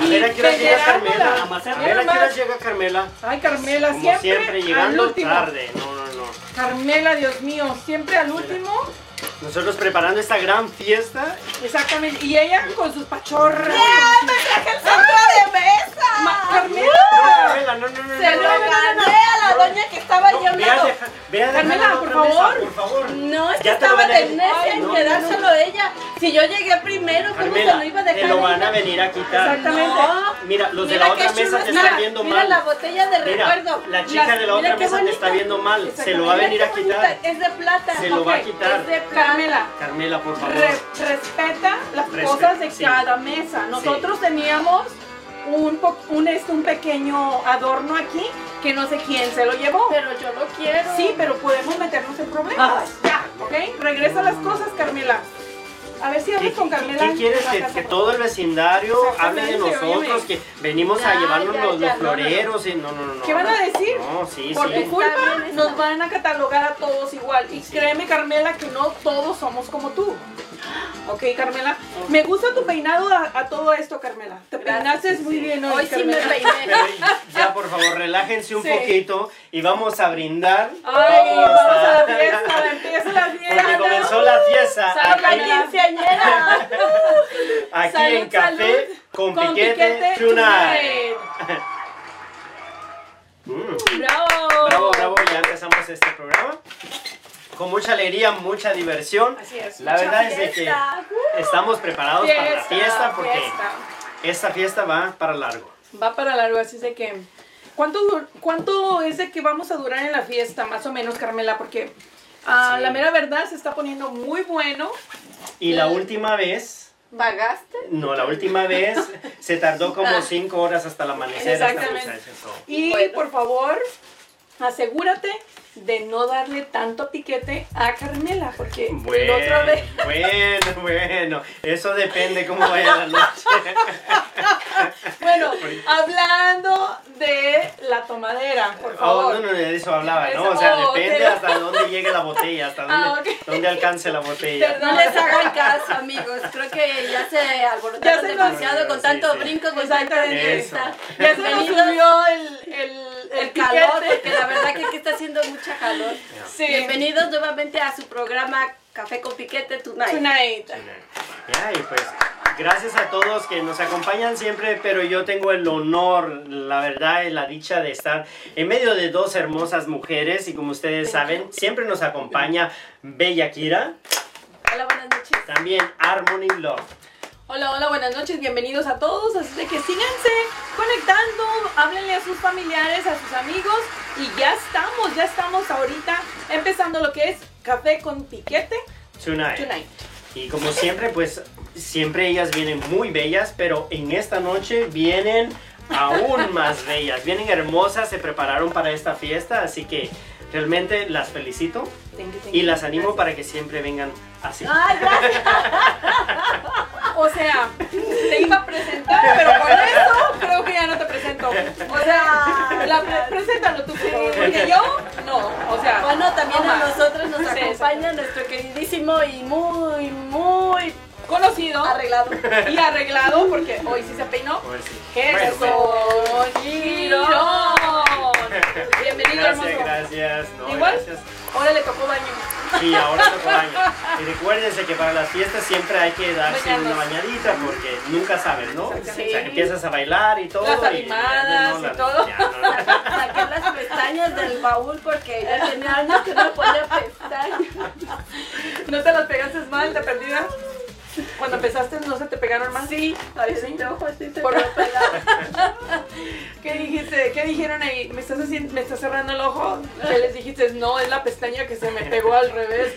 A ver, ¿a qué hora te llega llegaron Carmela? la- A ver, ¿a qué Mira hora nomás. llega Carmela? Ay, Carmela, Como siempre, al llegando último. tarde. No, no, no. Carmela, Dios mío, siempre al último. Nosotros preparando esta gran fiesta. Exactamente. Y ella con sus pachorras. me traje el centro de mesa! Uh, Ma- No, Carmela. Carmela, no, no, no. Se no, ¡Ah! no, ¡Lo no, gané a la doña que estaba no, ahí a un ve a lado. dejar- ve a dejar Carmela, la por otra mesa, favor. por favor. No, es que Ya te lo estaba van a de dejar. necia Ay, en no, quedárselo ella. Si yo llegué primero, ¿cómo se lo iba Carmela, a dejar? te lo van ella? a venir a quitar. Exactamente. No. Mira, los de Mira la qué otra mesa chulo te está. están viendo Mira la mal. botella de Mira, recuerdo. la chica de la mira otra qué mesa te bonita. está viendo mal. Se lo va a Mira venir qué a quitar. bonita, Es de plata. Se lo va a Ok, quitar. es de Carmela. Carmela, por favor. Re- respeta las Respe- cosas de sí. cada mesa. Nosotros teníamos un, po- un, este, un pequeño adorno aquí que no sé quién se lo llevó. Pero yo lo quiero. Sí, pero podemos meternos en problemas. Ya, ¿ok? Regresa las cosas, Carmela. A ver si ¿Qué, hablas con qué- Carmela. qué quieres? en la Que, casa, que por todo el vecindario hable Exactamente, de nosotros, óyeme. que venimos a Ya, llevarnos ya, los, ya, los no, no, no. floreros. y- No, no, no, no. ¿Qué van a decir? No, sí, Por sí. tu culpa Está bien esa. nos van a catalogar a todos igual. Y créeme, Carmela, que no todos somos como tú. Ok, Carmela. Me gusta tu peinado a, a todo esto, Carmela. Te peinaste muy bien hoy, Hoy sí me Carmela. peiné. Pero ya, por favor, relájense un Sí. poquito y vamos a brindar. Ay, vamos a la a- fiesta, empieza la Porque fiesta. comenzó la fiesta Salud, aquí, la quinceañera. aquí Salud, en Café salud. con, Piquete Chunay. Mm. Bravo. Bravo, bravo, ya empezamos este programa. Con mucha alegría, mucha diversión. Así es, La mucha verdad es de fiesta. que estamos preparados para la fiesta porque fiesta. esta fiesta va para largo. Va para largo, así es de que. ¿Cuánto, dur- ¿Cuánto es de que vamos a durar en la fiesta, más o menos, Carmela? Porque ah, Sí. la mera verdad se está poniendo muy bueno. Y la última vez, ¿Vagaste? no, la última vez se tardó como cinco horas hasta el amanecer. esta Ah. Exactamente. muchacha, so. Y Bueno. por favor, asegúrate de no darle tanto piquete a Carmela, porque el Bueno, otro vez. bueno, bueno, eso depende cómo vaya la noche. Bueno, hablando de la tomadera, por Oh, favor. no, no, de eso hablaba, ¿no? Eso, O sea, oh, depende te- hasta dónde llegue la botella, hasta dónde, Ah, ok. dónde alcance la botella. No les hagan caso, amigos. Creo que ya se Ya alborotaron se demasiado nos- con Sí, tanto sí. brinco, con tanta Exactamente. Eso. fiesta. Ya se nos Bienvenidos subió el, el, el el calor, piquete. porque la verdad que aquí está haciendo mucha calor. este. Sí. Bienvenidos nuevamente a su programa Café con Piquete Tonight. Tonight. Ya, y pues gracias a todos que nos acompañan siempre, pero yo tengo el honor, la verdad y la dicha de estar en medio de dos hermosas mujeres y como ustedes saben, siempre nos acompaña Bella Kira, Hola, buenas noches. también Harmony Love. Hola, hola, buenas noches, bienvenidos a todos. Así de que síganse conectando, háblenle a sus familiares, a sus amigos. Y ya estamos, ya estamos ahorita empezando lo que es café con piquete Tonight. tonight. Y como siempre, pues siempre ellas vienen muy bellas, pero en esta noche vienen aún más bellas, vienen hermosas, se prepararon para esta fiesta, así que realmente las felicito Thank you, thank y you. las animo para que siempre vengan así. Ah. Ay, gracias. O sea, te iba a presentar, pero con eso creo que ya no te presento. O sea, la pre- preséntalo tú, porque yo no. O sea, Bueno, también no a más. nosotros Sí, nos exacto. acompaña nuestro queridísimo y muy, muy Conocido arreglado. y arreglado, porque hoy sí se peinó. Pues sí. Bueno, bueno. Gerson Girón. Bienvenido, Gracias, hermoso. gracias. No, Igual. gracias. Ahora le tocó baño. Sí, ahora tocó baño. Y recuérdense que para las fiestas siempre hay que darse Bañarnos. una bañadita porque nunca sabes, ¿no? Exactamente. O sea, empiezas a bailar y todo. Las y- animadas y todo. ya, no, no. Saqué las pestañas del baúl porque ya tenía años que no ponía pestañas. ¿No te las pegaste mal de perdida? Cuando empezaste, ¿no se te pegaron más? Sí. Sí, no, pues, sí, se Por- me pegaba. ¿Qué dijiste? ¿Qué dijeron ahí? ¿Me estás, haciendo, ¿Me estás cerrando el ojo? ¿Qué les dijiste? No, es la pestaña que se me pegó al revés.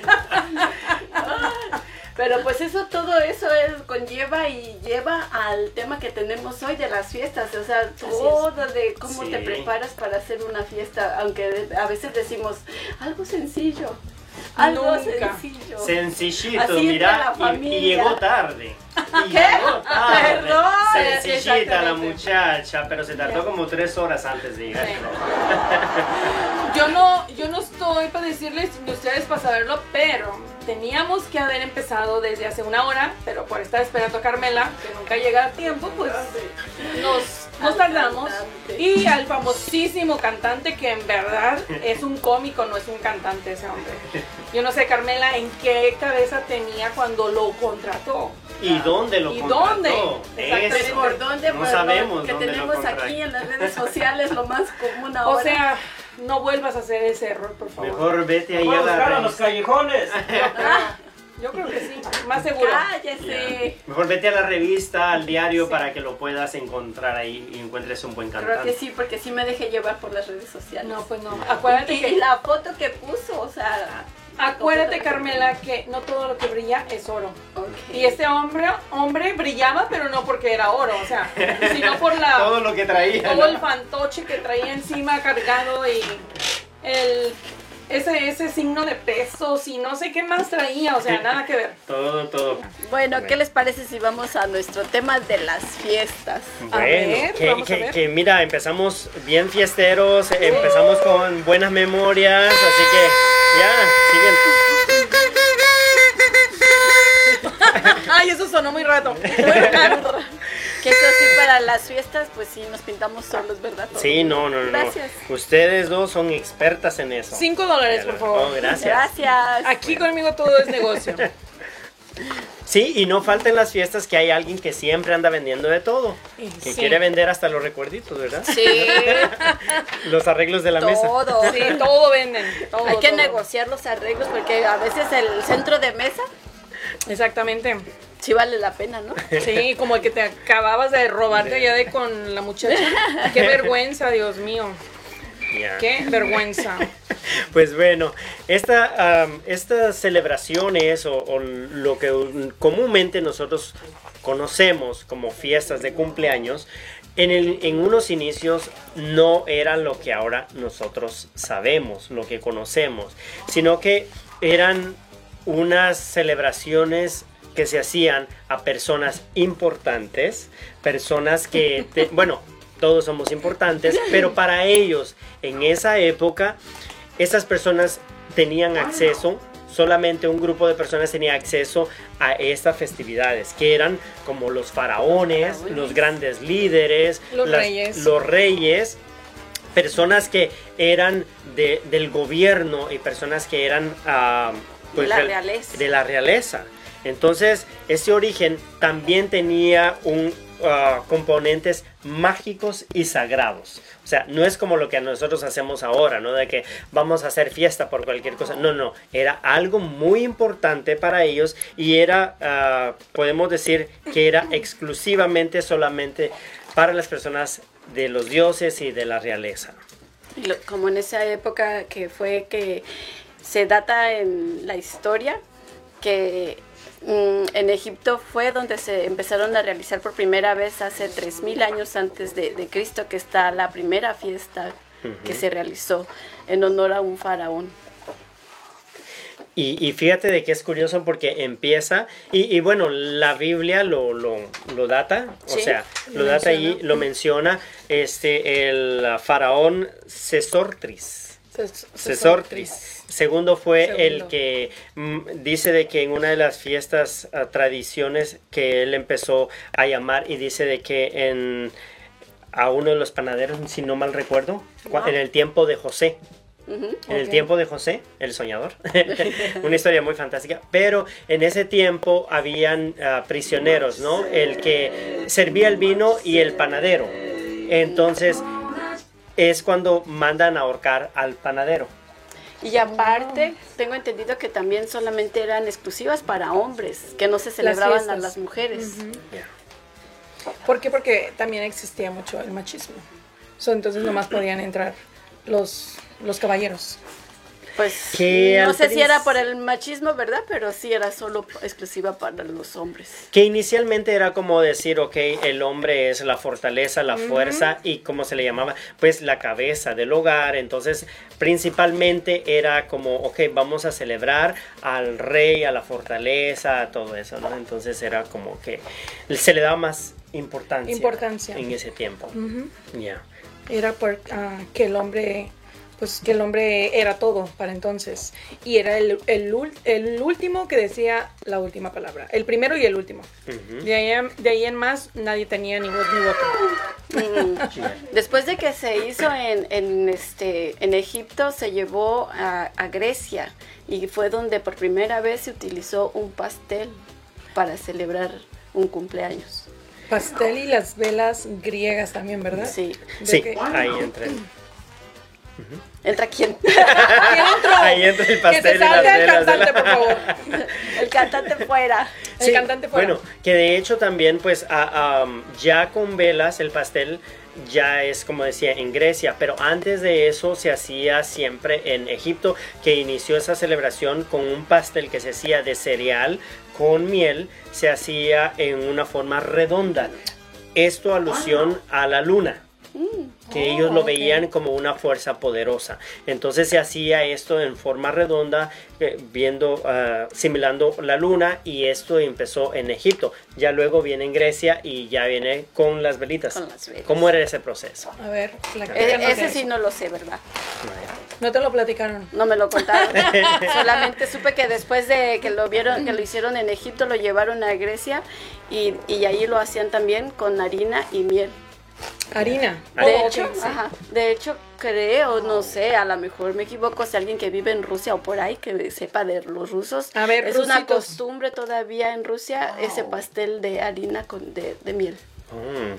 Pero pues eso, todo eso es, conlleva y lleva al tema que tenemos hoy de las fiestas, o sea, todo de cómo Sí. te preparas para hacer una fiesta, aunque de- a veces decimos algo sencillo, algo Nunca. sencillo. Sencillito, Así entra mira, la y, familia. y llegó tarde. Y llegó tarde. Perdón. Sencillita la Exactamente. muchacha, pero se tardó como tres horas antes de llegar. Sí. Yo no, yo no estoy para decirles ni ustedes para saberlo, pero teníamos que haber empezado desde hace una hora, pero por estar esperando a Carmela, que nunca llega a tiempo, pues nos, nos tardamos. cantante. Y al famosísimo cantante que en verdad es un cómico, no es un cantante ese hombre. Yo no sé, Carmela, en qué cabeza tenía cuando lo contrató. ¿Y dónde lo ¿Y contrató? dónde? Eso. Pero por dónde, No por sabemos lo que dónde lo tenemos contrae. aquí en las redes sociales, lo más común ahora. O sea, no vuelvas a hacer ese error, por favor. Mejor vete ahí a Vamos a buscar a la los raíz. callejones. Ah, Yo creo que sí, más seguro. cállese. Mejor vete a la revista, al diario, Sí. para que lo puedas encontrar ahí y encuentres un buen Creo que cantante. sí, porque sí me dejé llevar por las redes sociales. No, pues no. Acuérdate y, que y la foto que puso, o sea. Acuérdate, Carmela, que no todo lo que brilla es oro. ok. Y este hombre, hombre brillaba, pero no porque era oro, o sea, sino por la, Todo lo que traía. Ah. todo el ¿no? fantoche que traía encima cargado y el, ese, ese signo de pesos y no sé qué más traía, o sea, nada que ver. Todo, todo. Bueno, ¿qué les parece si vamos a nuestro tema de las fiestas? A ver, que, vamos a que- ver. que mira, empezamos bien fiesteros, eh, Uh. empezamos con buenas memorias, así que ya, siguen. Ay, eso sonó muy rato. Bueno, claro. Que eso sí, para las fiestas, pues sí, nos pintamos solos, ¿verdad? Sí, no, no, no. Gracias. Ustedes dos son expertas en eso. Cinco dólares, por Oh, favor. gracias. Gracias. Aquí conmigo todo es negocio. Sí, y no falten las fiestas que hay alguien que siempre anda vendiendo de todo. Que Eh, Sí. quiere vender hasta los recuerditos, ¿verdad? Sí, Los arreglos de la mesa. todo. Sí, todo venden. todo, Hay que todo. negociar los arreglos porque a veces el centro de mesa Exactamente. sí vale la pena, ¿no? Sí, como el que te acababas de robarte ya de con la muchacha. Qué vergüenza, Dios mío. Ya. Qué vergüenza. Pues bueno, esta, am, estas celebraciones o, o lo que un- comúnmente nosotros conocemos como fiestas de cumpleaños, en, el- en unos inicios no era lo que ahora nosotros sabemos, lo que conocemos, sino que eran unas celebraciones que se hacían a personas importantes, personas que, te- bueno, todos somos importantes, pero para ellos, en esa época, esas personas tenían acceso, solamente un grupo de personas tenía acceso a estas festividades, que eran como los faraones, Faraones. los grandes líderes, Los reyes. los reyes, personas que eran de- del gobierno y personas que eran ah, De la real- realeza. de la realeza. Entonces, ese origen también tenía un, ah, componentes mágicos y sagrados. O sea, no es como lo que nosotros hacemos ahora, ¿no? De que vamos a hacer fiesta por cualquier cosa. No, no. Era algo muy importante para ellos y era, ah, podemos decir, que era exclusivamente, solamente para las personas de los dioses y de la realeza. Y lo- como en esa época que fue que se data en la historia, que mm, en Egipto fue donde se empezaron a realizar por primera vez hace 3.000 años antes de, de Cristo, que está la primera fiesta que se realizó en honor a un faraón. Y, y fíjate de que es curioso porque empieza, y, y bueno, la Biblia lo, lo, lo data, o Sí, sea, lo, lo data menciona. allí, lo menciona este, el faraón Sesortris. Sesortris. Segundo fue Segundo. el que mm, dice de que en una de las fiestas, ah, tradiciones que él empezó a llamar y dice de que en, a uno de los panaderos, si no mal recuerdo, cua- Wow. en el tiempo de José, Ujú. en el Ok. tiempo de José, el soñador. Una historia muy fantástica. Pero en ese tiempo habían ah, prisioneros, ¿no? El que servía el vino y el panadero. Entonces es cuando mandan a ahorcar al panadero. Y aparte, tengo entendido que también solamente eran exclusivas para hombres, que no se celebraban a fiestas. las mujeres. ¿Por qué? Porque también existía mucho el machismo. So, entonces nomás podían entrar los, los caballeros. Pues Qué no sé si actriz. era por el machismo, ¿verdad? Pero sí era solo p- exclusiva para los hombres. Que inicialmente era como decir, ok, el hombre es la fortaleza, la fuerza y como se le llamaba, pues la cabeza del hogar. Entonces, principalmente era como, ok, vamos a celebrar al rey, a la fortaleza, a todo eso, ¿no? Entonces era como que se le daba más importancia. Importancia. En ese tiempo. Ujú. Ya. Era por ah, que el hombre, pues que el hombre era todo para entonces. Y era el, el, ul- el último que decía la última palabra. El primero y el último. Ujú. De ahí, en- de ahí en más nadie tenía ni voz ni voto. Mm. Después de que se hizo en, en, este, en Egipto, se llevó a, a Grecia y fue donde por primera vez se utilizó un pastel para celebrar un cumpleaños. Pastel y las velas griegas también, ¿verdad? Sí. ¿De Sí, qué? ahí entra. el- ¿Entra quién? ¿Quién entró? Ahí entra el Que pastel se y las salga el velas. de cantante, la- por favor. El cantante fuera. El Sí, cantante fuera. Bueno, que de hecho también, pues, a- am, ya con velas el pastel ya es como decía en Grecia, pero antes de eso se hacía siempre en Egipto, que inició esa celebración con un pastel que se hacía de cereal con miel, se hacía en una forma redonda. Esto alusión a la luna que Oh, ellos lo Ah. ok. veían como una fuerza poderosa. Entonces se hacía esto en forma redonda, eh, viendo, ah, simulando la luna, y esto empezó en Egipto. Ya luego viene en Grecia y ya viene con las velitas. Con las velas. ¿Cómo era ese proceso? A ver, E- platícanos ese de sí eso. no lo sé, ¿verdad? No te lo platicaron. No me lo contaron. Solamente supe que después de que lo vieron, que lo hicieron en Egipto, lo llevaron a Grecia y, y ahí lo hacían también con harina y miel. Harina. Ah, De Oh, hecho, ok, sí. ajá, de hecho, creo, no sé, a lo mejor me equivoco, si alguien que vive en Rusia o por ahí que sepa de los rusos, A ver, es una rusitos. costumbre todavía en Rusia ese pastel de harina con de, de miel. Mm.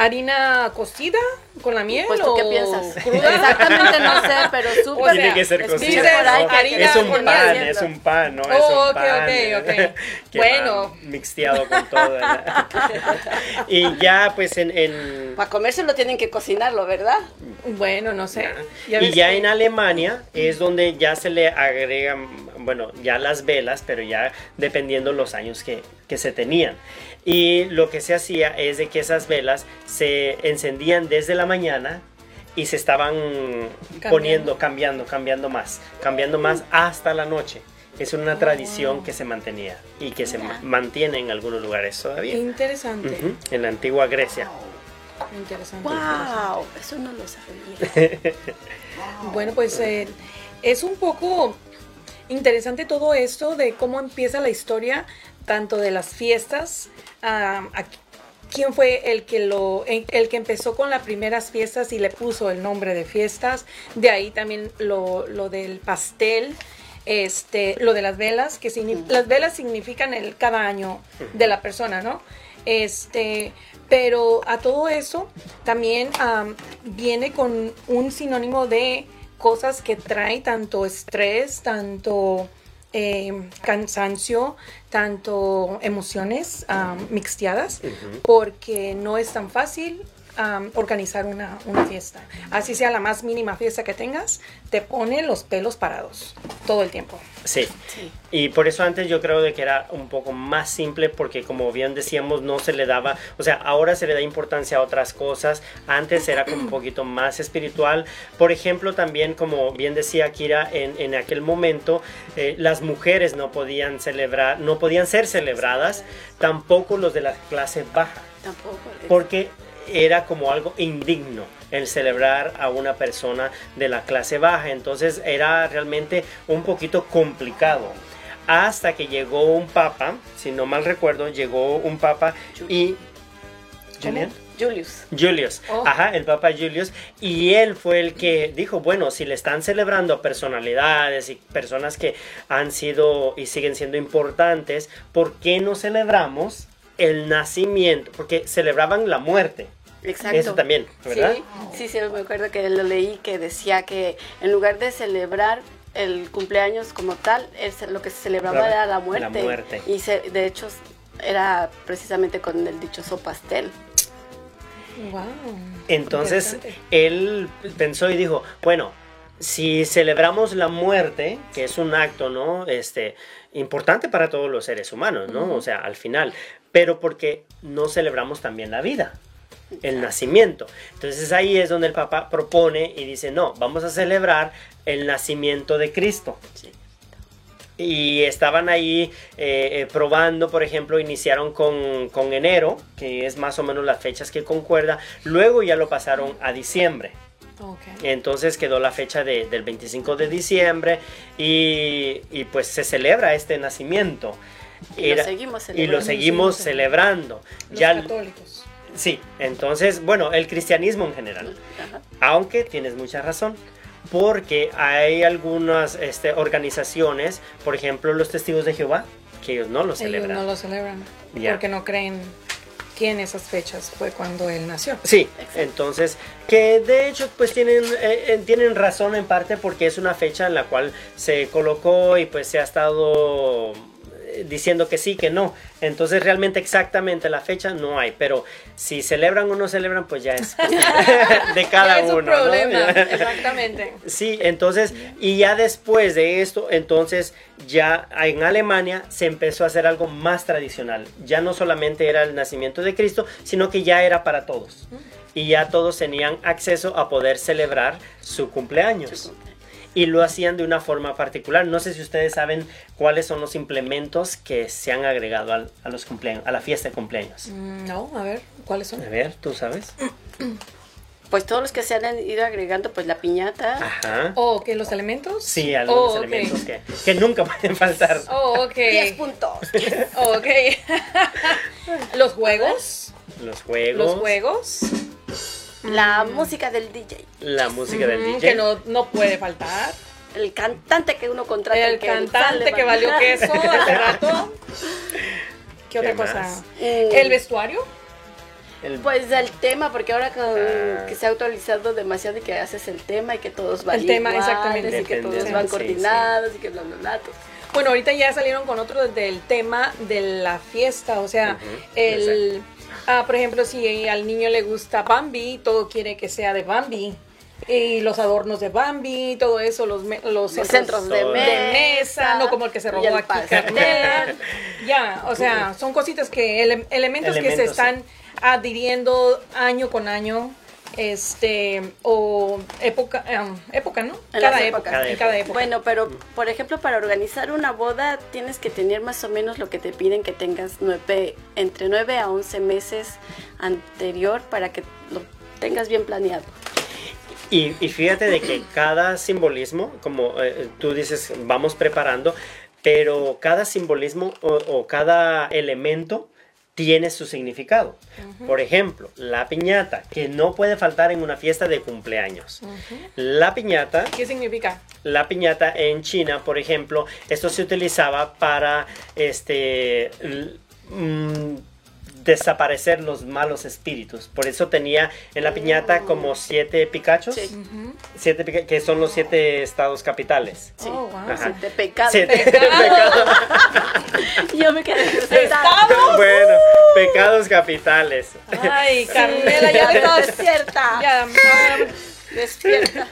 ¿Harina cocida con la miel Pues o tú qué piensas? cruda? Exactamente no sé, pero supe. O sea, Tiene que ser escuché cocida. dices por ahí que- harina es un con pan, miel. es un pan, no es un Oh, ok, pan. ok, ok. que Bueno. va Mixteado con todo. y ya, pues, en- en, Para comérselo tienen que cocinarlo, ¿verdad? Bueno, no sé. y ves ya que- en Alemania es donde ya se le agregan, bueno, ya las velas, pero ya dependiendo los años que, que se tenían. Y lo que se hacía es de que esas velas se encendían desde la mañana y se estaban poniendo, cambiando, Mm. cambiando más, cambiando más hasta la noche. Es una tradición que se mantenía y que se ma- mantiene en algunos lugares todavía. Interesante. Ujú, en la antigua Grecia. Interesante. ¡Wow! Eso no lo sabía. Bueno, pues eh, es un poco interesante todo esto de cómo empieza la historia, tanto de las fiestas, am, a qui- quién fue el que lo, el el que empezó con las primeras fiestas y le puso el nombre de fiestas, de ahí también lo, lo del pastel. Este, lo de las velas, que signi- las velas significan el cada año de la persona, ¿no? Este, pero a todo eso también am, viene con un sinónimo de cosas que trae tanto estrés, tanto eh, cansancio, tanto emociones am, mixteadas, porque no es tan fácil am, organizar una, una fiesta. Así sea la más mínima fiesta que tengas, te pone los pelos parados todo el tiempo. Sí. Y por eso antes yo creo de que era un poco más simple porque como bien decíamos no se le daba, o sea, ahora se le da importancia a otras cosas, antes era como un poquito más espiritual. Por ejemplo, también como bien decía Kira, en, en aquel momento eh, las mujeres no podían celebrar, no podían ser celebradas, tampoco los de la clase baja Tampoco. porque era como algo indigno el celebrar a una persona de la clase baja. Entonces era realmente un poquito complicado. Hasta que llegó un papa, si no mal recuerdo, llegó un papa y... ¿Julian? Julius. Julius, Oh. ajá, el Papa Julius, y él fue el que dijo, bueno, si le están celebrando a personalidades y personas que han sido y siguen siendo importantes, ¿por qué no celebramos el nacimiento? Porque celebraban la muerte, Exacto. eso también, ¿verdad? Sí, sí, sí, me acuerdo que lo leí que decía que en lugar de celebrar el cumpleaños como tal, es lo que se celebraba Brava. era la La muerte. muerte. Y se- de hecho era precisamente con el dichoso pastel. Wow. Entonces Interesante. él pensó y dijo, bueno, si celebramos la muerte, que es un acto, ¿no? Este, importante para todos los seres humanos, ¿no? O sea, al final, pero porque no celebramos también la vida, el nacimiento. Entonces ahí es donde el Papa propone y dice, no, vamos a celebrar el nacimiento de Cristo. Y estaban ahí eh, eh, probando, por ejemplo, iniciaron con, con enero, que es más o menos las fechas que concuerda, luego ya lo pasaron a diciembre. Ok. Entonces quedó la fecha de- del 25 de diciembre y, y pues se celebra este nacimiento. Y lo Era- seguimos y lo celebrando. seguimos celebrando. Los Ya, católicos. Sí, entonces, bueno, el cristianismo en general. Ajá. Aunque tienes mucha razón, porque hay algunas este, organizaciones, por ejemplo, los testigos de Jehová, que ellos no lo Ellos celebran. no lo celebran Ya. porque no creen que en esas fechas fue cuando él nació. Sí, Exacto. entonces, que de hecho pues tienen, eh, eh, tienen razón en parte porque es una fecha en la cual se colocó y pues se ha estado eh, diciendo que sí, que no. Entonces realmente exactamente la fecha no hay, pero si celebran o no celebran pues ya es cuestión de cada es un uno. ¿no? problema, exactamente. Sí, entonces, y ya después de esto, entonces ya en Alemania se empezó a hacer algo más tradicional. Ya no solamente era el nacimiento de Cristo, sino que ya era para todos. Y ya todos tenían acceso a poder celebrar su cumpleaños. Y lo hacían de una forma particular. No sé si ustedes saben cuáles son los implementos que se han agregado al- a, los cumpleaños, a la fiesta de cumpleaños. Mm, No, a ver, ¿cuáles son? A ver, ¿tú sabes? Pues todos los que se han ido agregando, pues la piñata. Ajá. ¿O que Oh, los elementos? Sí, algunos Oh, ok. elementos que, que nunca pueden faltar. Oh, Diez ok. puntos. Oh, ok. los juegos. Los juegos. Oh, Los juegos. La música del DJ. La música del Mm, DJ. Que no, no puede faltar. El cantante que uno contrata. El que cantante sale que valió bailar. queso hace rato. ¿Qué otra ¿Qué más? cosa? Eh, El vestuario. El- Pues el tema, porque ahora con- Ah. que se ha actualizado demasiado y que haces el tema y que todos van El tema, iguales exactamente. y que todos Dependiendo, van sí, coordinados y que bla bla bla. todo. Bueno, ahorita ya salieron con otro del tema de la fiesta, o sea, Ujú, el, ah, por ejemplo, si al niño le gusta Bambi, todo quiere que sea de Bambi, y los adornos de Bambi, todo eso, los, me- los Los centros de Todo. mesa, de mesa, no como el que se y robó el aquí pastel. Carmela. Ya, o sea, son cositas que, ele- elementos, que se Elementos, sí. están adhiriendo año con año, este, o época, em, época, ¿no? En cada las época, épocas. en cada época. Bueno, pero por ejemplo, para organizar una boda tienes que tener más o menos lo que te piden que tengas nueve, entre 9 a 11 meses anterior para que lo tengas bien planeado. Y, y fíjate de que cada simbolismo, como eh, tú dices, vamos preparando, pero cada simbolismo o, o cada elemento tiene su significado. Por ejemplo, la piñata, que no puede faltar en una fiesta de cumpleaños. La piñata ¿Qué significa? la piñata en China, por ejemplo, esto se utilizaba para este l- mm, desaparecer los malos espíritus. Por eso tenía en la Oh. piñata como siete picachos, Sí. siete pica- que son los siete estados capitales. Sí. Oh, wow. Ajá. Siete pecados. Siete pecados. Yo me quedé Estaba- bueno, Uh. pecados capitales. Ay, Carmela, Carmela, ya le ya estás. despierta. Ya, no, Despierta.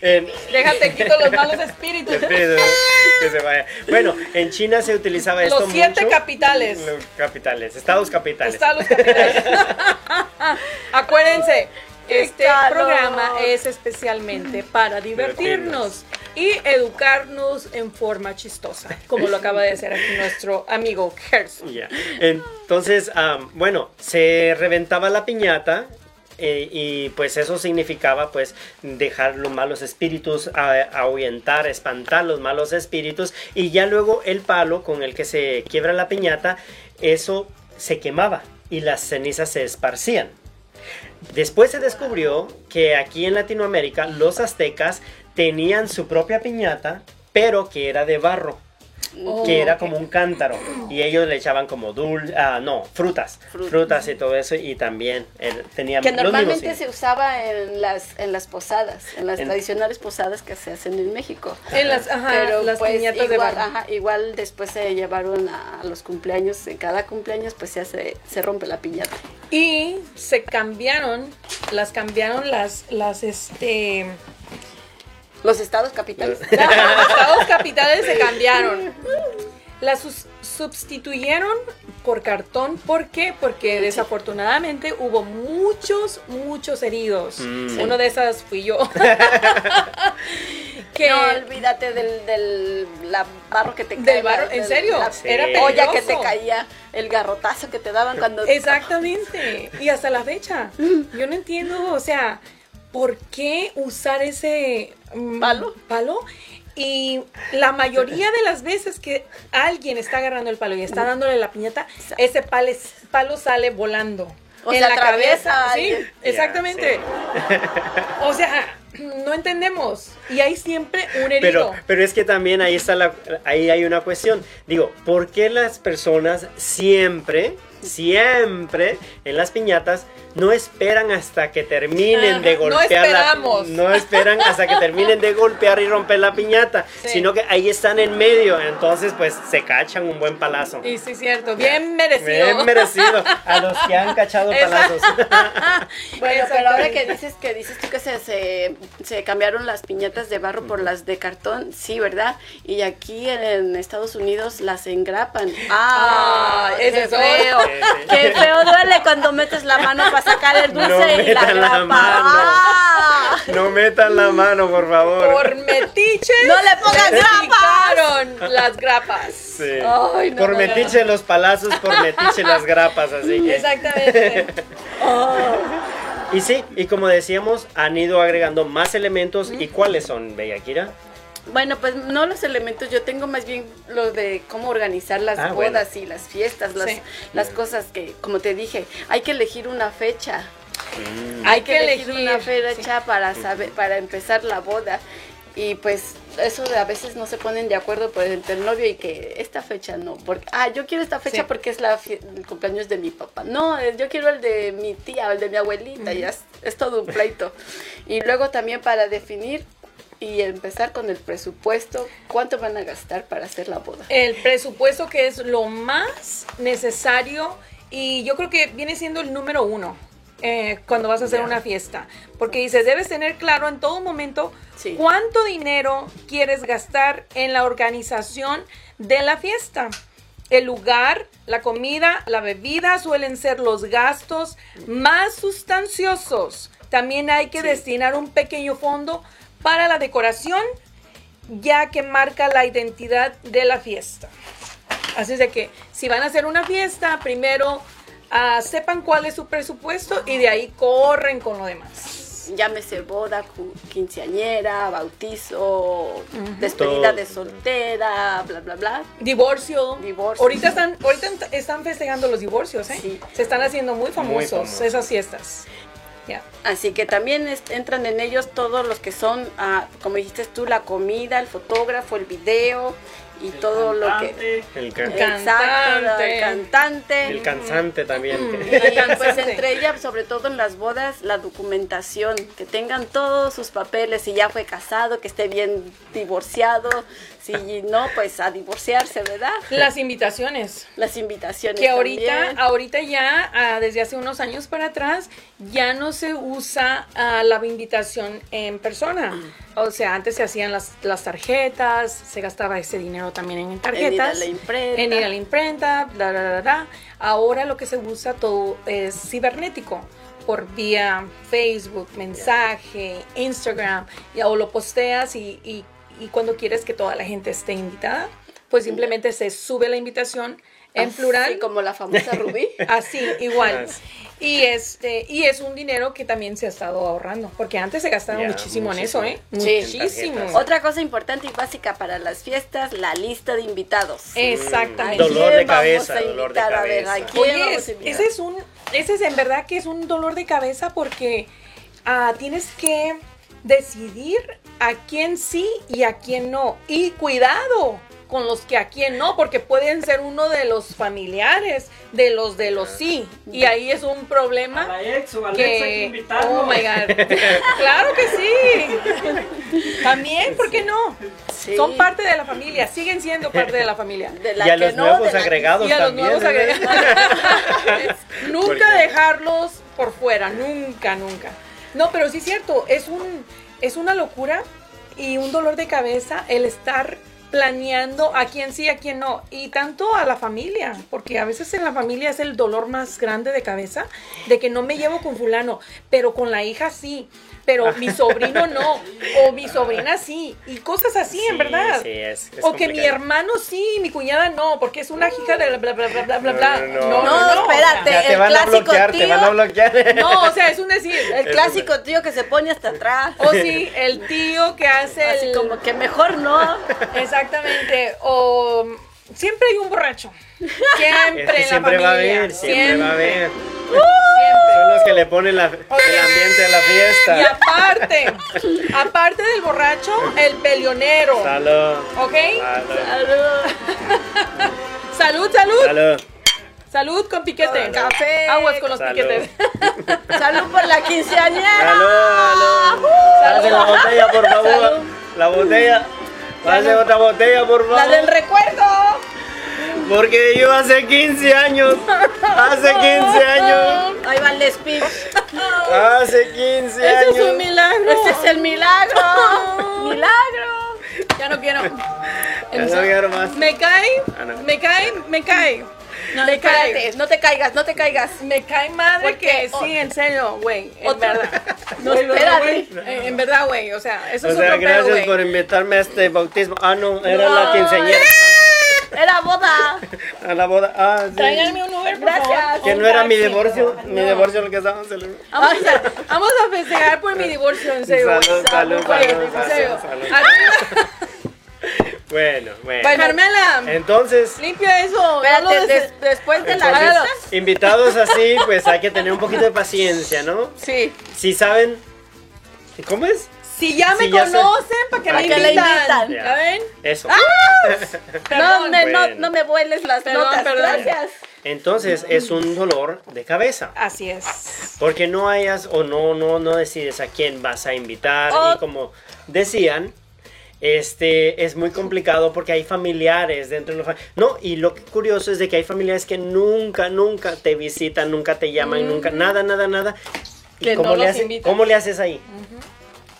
En- déjate quito los malos espíritus. que se vaya. Bueno, en China se utilizaba esto Los siete mucho. capitales. Los capitales, estados capitales. Está los capitales. Acuérdense, este calor. programa es especialmente para divertirnos y educarnos en forma chistosa, como lo acaba de hacer aquí nuestro amigo Gerson. Ya. Entonces, am, bueno, se reventaba la piñata. eh, y pues eso significaba pues dejar los malos espíritus, a- ahuyentar, espantar los malos espíritus y ya luego el palo con el que se quiebra la piñata, eso se quemaba y las cenizas se esparcían. Después se descubrió que aquí en Latinoamérica los aztecas tenían su propia piñata, pero que era de barro que era como un cántaro y ellos le echaban como dul ah, no frutas Frutas. frutas y todo eso y también eh, tenían Que los normalmente mismos se signos. usaba en las, en las posadas, en las En- tradicionales posadas que se hacen en México. Oh. En las, ajá, Pero las pues piñatas igual, de barro. ajá, igual después se llevaron a los cumpleaños, en cada cumpleaños pues se hace, se rompe la piñata. Y se cambiaron, las cambiaron las, las, este, Los estados capitales. Eh. Los estados capitales se cambiaron. Las sus- sustituyeron por cartón. ¿Por qué? Porque desafortunadamente hubo muchos, muchos heridos. Mm. Uno de esas fui yo. que No olvídate del, del la barro que te caía. del barro, en del- serio, La Sí. era olla peligroso. que te caía, el garrotazo que te daban cuando... Exactamente. Y hasta la fecha. Yo no entiendo, o sea, ¿por qué usar ese mm, ¿Palo? palo? Y la mayoría de las veces que alguien está agarrando el palo y está dándole la piñata, ese palo es- palo sale volando. O en sea, la atraviesa cabeza. a Sí, alguien. exactamente. O sea, no entendemos. Y hay siempre un herido. Pero, pero es que también ahí está la, ahí hay una cuestión. Digo, ¿por qué las personas siempre, siempre en las piñatas no esperan hasta que terminen Ah, Ajá, de no golpear la- esperamos. no esperan hasta que terminen de golpear y romper la piñata, Sí. sino que ahí están en medio, entonces pues se cachan un buen palazo. Y sí, cierto. Bien merecido. Bien merecido a los que han cachado Exacto. palazos. Bueno, pero ahora que dices que dices tú que se, se, se cambiaron las piñatas de barro por las de cartón, sí, ¿verdad? Y aquí en, en Estados Unidos las engrapan. ay Ay, ese qué es otro. feo! Sí, sí. ¡Qué feo duele cuando metes la mano para sacar el dulce No y la metan la grapa! mano. ¡Ah! No metan la mano, por favor. Por metiche. ¡No le pongas les grapas! picaron las grapas. Sí. Ay, no, por no, no, metiche los palazos, por metiche las grapas, así que. Exactamente. Oh. Y sí, y como decíamos, han ido agregando más elementos. ¿Y cuáles son, Bellaquira? Bueno, pues no los elementos, yo tengo más bien lo de cómo organizar las Ah, bueno. bodas y las fiestas, las, Sí. las cosas que, como te dije, hay que elegir una fecha. Hay Mm. Hay que elegir una fecha para saber, para empezar la boda. Y pues eso de a veces no se ponen de acuerdo por entre el novio y que esta fecha no, porque ah, yo quiero esta fecha Sí. porque es la fie- el cumpleaños de mi papá. No, eh, yo quiero el de mi tía o el de mi abuelita, ya es, es todo un pleito. Y luego también para definir y empezar con el presupuesto, cuánto van a gastar para hacer la boda. El presupuesto que es lo más necesario y yo creo que viene siendo el número uno eh, cuando vas a hacer una fiesta. Porque dices, debes tener claro en todo momento Sí. cuánto dinero quieres gastar en la organización de la fiesta. El lugar, la comida, la bebida suelen ser los gastos más sustanciosos. También hay que destinar un pequeño fondo para la decoración ya que marca la identidad de la fiesta. Así es de que si van a hacer una fiesta, primero ah, sepan cuál es su presupuesto y de ahí corren con lo demás. llámese boda, cu- quinceañera, bautizo, despedida Todo. de soltera, bla, bla, bla. Divorcio. Divorcio. Ahorita están, ahorita ent- están festejando los divorcios, ¿eh? Sí. Se están haciendo muy famosos, famosos. esas fiestas. Ya. Así que también es- entran en ellos todos los que son, ah, como dijiste tú, la comida, el fotógrafo, el video y todo lo que... El, can- El Exacto, cantante. el cantante. el cansante también. Mm. Y, que- pues cantante. entre ellas, sobre todo en las bodas, la documentación, que tengan todos sus papeles, si ya fue casado, que esté bien divorciado, si no, pues a divorciarse, ¿verdad? Las invitaciones. Las invitaciones. Que ahorita, también. ahorita ya, ah, desde hace unos años para atrás, ya no se usa ah, la invitación en persona. O sea, antes se hacían las, las tarjetas, se gastaba ese dinero también en En ir a tarjetas. la imprenta. En ir a la imprenta, bla, bla, bla, bla. Ahora lo que se usa todo es cibernético, por vía Facebook, mensaje, Instagram, y, o lo posteas y, y- y cuando quieres que toda la gente esté invitada, pues simplemente se sube la invitación en Así plural. como la famosa Rubí. Así, igual. Así. Y este, y es un dinero que también se ha estado ahorrando, porque antes se gastaba Ya, muchísimo, muchísimo. en eso, ¿eh? Sí. Muchísimo. En Otra cosa importante y básica para las fiestas, la lista de invitados. Eh, ¿A Exactamente. Dolor de quién vamos cabeza, a dolor de invitar? A ver, cabeza. ¿a quién Oye, vamos es- a invitar? ese es un, ese es en verdad que es un dolor de cabeza porque ah, tienes que decidir a quién sí y a quién no. Y cuidado con los que a quién no, porque pueden ser uno de los familiares, de los de los sí. Ah. Y ahí es un problema. A la ex o al ex Ah, hay que Ah, que invitarlo. oh my god claro que sí también por qué no Sí. son parte de la familia siguen siendo parte de la familia De la Y a que los no, nuevos de la- agregados y a los también. nuevos ¿eh? agregados Porque- nunca dejarlos por fuera nunca nunca no pero sí es cierto es un es una locura y un dolor de cabeza el estar planeando a quién sí, a quién no, y tanto a la familia, porque a veces en la familia es el dolor más grande de cabeza, de que no me llevo con fulano, pero con la hija sí, pero mi sobrino no, o mi sobrina sí, y cosas así, en Sí, verdad. sí, es- es o que mi complicado. hermano sí, mi cuñada no, porque es una hija de bla bla bla bla bla No, bla. no, no. No, espérate, Ya te el van a clásico bloquear, te tío. van a bloquear. No, o sea, es un decir. el El clásico tío que se pone hasta atrás. cl- o sí, el tío que hace Oh, Así el como que mejor no. Exactamente. O, mm, Siempre hay un borracho. Siempre, Este en la siempre va familia, a haber, siempre, va a haber. siempre. Son los que le ponen la- el ambiente a la Y fiesta. aparte, aparte del borracho, el peleonero. Salud. ¿Ok? Salud. Salud, salud. Salud. Salud con piquete. Café. Aguas con los Salud. piquetes. Salud por la quinceañera. Salud. Salud. Pase la botella, por favor. La botella. Pase otra botella, por favor. La del recuerdo. Porque yo hace 15 años. Hace 15 años. Ahí va el speech. Hace 15 Eso es un años. milagro. Este es el milagro. Milagro. Ya no quiero. Ya no quiero más. Me cae, Ah, no. me cae, me cae. No, me cae. espérate, no te caigas, no te caigas. Me cae madre Porque que o- sí, en serio, güey. En Otra- verdad. No, Güey, güey, espérate. güey, En en verdad, güey. O sea, eso O es sea, otro pedo, gracias güey. por invitarme a este bautismo. Ah, no, era la No. quinceañera. Era boda. A la boda. Ah, sí. Tráiganme un Uber, por Gracias. favor. Que no era mi divorcio, mi divorcio el que estaban celebrando. Vamos a, vamos a festejar por mi divorcio, en serio. güey. Salud, salud, Güey, salud, en serio. salud, salud. Arriba. Bueno, bueno. Ah, Bueno, Carmela, Entonces, limpia eso. no lo Espérate, des- des- después de la Entonces- fiesta. invitados así, pues hay que tener un poquito de paciencia, ¿no? Sí. Si saben. ¿Cómo es? Si ya me Si ya sé- conocen, ¿para que ¿Para me qué la invitan? invitan? Ya. ¿Ya ven? Eso. No me, no, Bueno. no me vueles las Perdón, notas. perdón. Gracias. Entonces, es un dolor de cabeza. Así es. Porque no hayas o no, no, no decides a quién vas a invitar. Oh. Y como decían, este es muy complicado porque hay familiares dentro de la familia. No, y lo que curioso es de que hay familiares que nunca, nunca te visitan, nunca te llaman, nunca, nada, nada, nada. ¿Y Mm. Que cómo, no le los hace- invitan. cómo le haces ahí?